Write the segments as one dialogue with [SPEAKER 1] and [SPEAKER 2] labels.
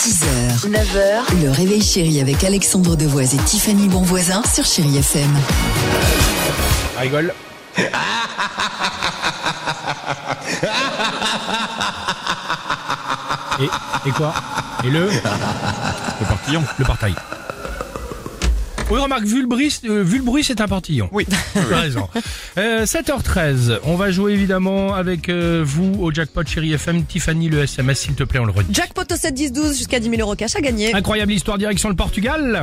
[SPEAKER 1] 6h, 9h, le réveil chéri avec Alexandre Devoise et Tiffany Bonvoisin sur Chérie FM.
[SPEAKER 2] Rigole. Et, et quoi Et le Le partillon. Le partail. Oui, remarque, vu le bruit, euh, vu le bruit, c'est un partillon. Oui, tu as raison. Euh, 7h13, on va jouer évidemment avec euh, vous au jackpot chéri FM. Tiffany, le SMS, s'il te plaît, on le redit.
[SPEAKER 3] Jackpot au 7 10 12 jusqu'à 10 000 euros cash à gagner.
[SPEAKER 2] Incroyable histoire, direction le Portugal.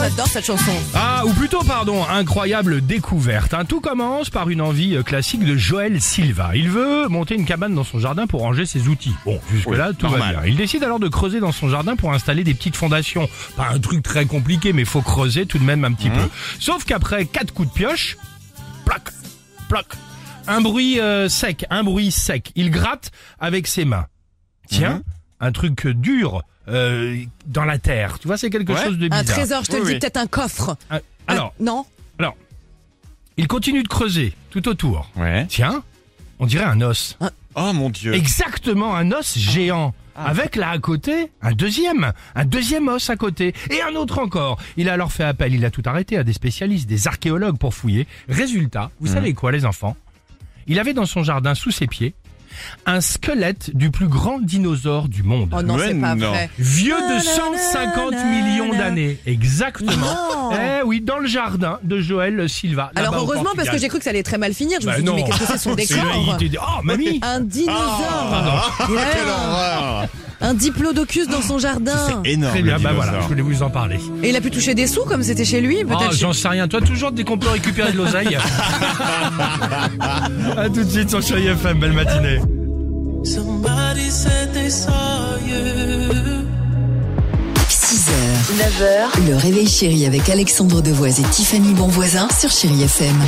[SPEAKER 3] J'adore cette chanson.
[SPEAKER 2] Ah, ou plutôt, pardon, incroyable découverte. hein. Tout commence par une envie euh, classique de Joël Silva. Il veut monter une cabane dans son jardin pour ranger ses outils. Bon, jusque-là, tout va bien. Il décide alors de creuser dans son jardin pour installer des petites fondations. Pas un truc très compliqué, mais faut creuser tout de même un petit peu. Sauf qu'après quatre coups de pioche, plac, plac, un bruit euh, sec, un bruit sec. Il gratte avec ses mains. Tiens, un truc dur euh, dans la terre. Tu vois, c'est quelque chose de bizarre.
[SPEAKER 3] Un trésor, je te le dis, peut-être un coffre.
[SPEAKER 2] Un- Alors,
[SPEAKER 3] Un- non
[SPEAKER 2] alors, il continue de creuser tout autour.
[SPEAKER 4] Ouais.
[SPEAKER 2] Tiens, on dirait un os.
[SPEAKER 4] Oh mon dieu.
[SPEAKER 2] Exactement un os
[SPEAKER 3] Ah.
[SPEAKER 2] géant. Avec là à côté, un deuxième, un deuxième os à côté, et un autre encore. Il a alors fait appel, il a tout arrêté à des spécialistes, des archéologues pour fouiller. Résultat, vous
[SPEAKER 3] Mhm.
[SPEAKER 2] savez quoi les enfants Il avait dans son jardin sous ses pieds un squelette du plus grand dinosaure du monde.
[SPEAKER 3] Oh non,
[SPEAKER 4] Mais
[SPEAKER 3] c'est pas
[SPEAKER 4] non.
[SPEAKER 3] vrai.
[SPEAKER 2] Vieux de 150 millions d'années. Exactement.
[SPEAKER 3] Non.
[SPEAKER 2] Eh oui, dans le jardin de Joël Silva. là-bas
[SPEAKER 3] Alors
[SPEAKER 2] Ah bah, au
[SPEAKER 3] heureusement parce que
[SPEAKER 2] Portugal.
[SPEAKER 3] j'ai cru que ça allait très mal finir. Je me
[SPEAKER 2] Bah
[SPEAKER 3] suis dit,
[SPEAKER 2] non.
[SPEAKER 3] mais qu'est-ce que c'est son
[SPEAKER 2] C'est vrai,
[SPEAKER 3] décor
[SPEAKER 2] il était- Oh, mamie
[SPEAKER 3] Un dinosaure
[SPEAKER 4] Quelle
[SPEAKER 3] Ah.
[SPEAKER 4] horreur.
[SPEAKER 3] Un diplodocus dans son jardin
[SPEAKER 4] Énorme.
[SPEAKER 2] Très bien,
[SPEAKER 4] le
[SPEAKER 2] bah voilà, je
[SPEAKER 4] dinosaure.
[SPEAKER 2] voulais vous en parler.
[SPEAKER 3] Et il a pu toucher des sous comme c'était chez lui
[SPEAKER 2] Ah,
[SPEAKER 3] peut-être chez-
[SPEAKER 2] Oh, j'en sais rien. Toi, toujours dès qu'on peut récupérer de l'oseille. à tout de suite sur Chérie FM, belle matinée.
[SPEAKER 5] Somebody said they saw you.
[SPEAKER 1] 6h, 9h, le réveil chéri avec Alexandre Devoise et Tiffany Bonvoisin sur Chérie FM.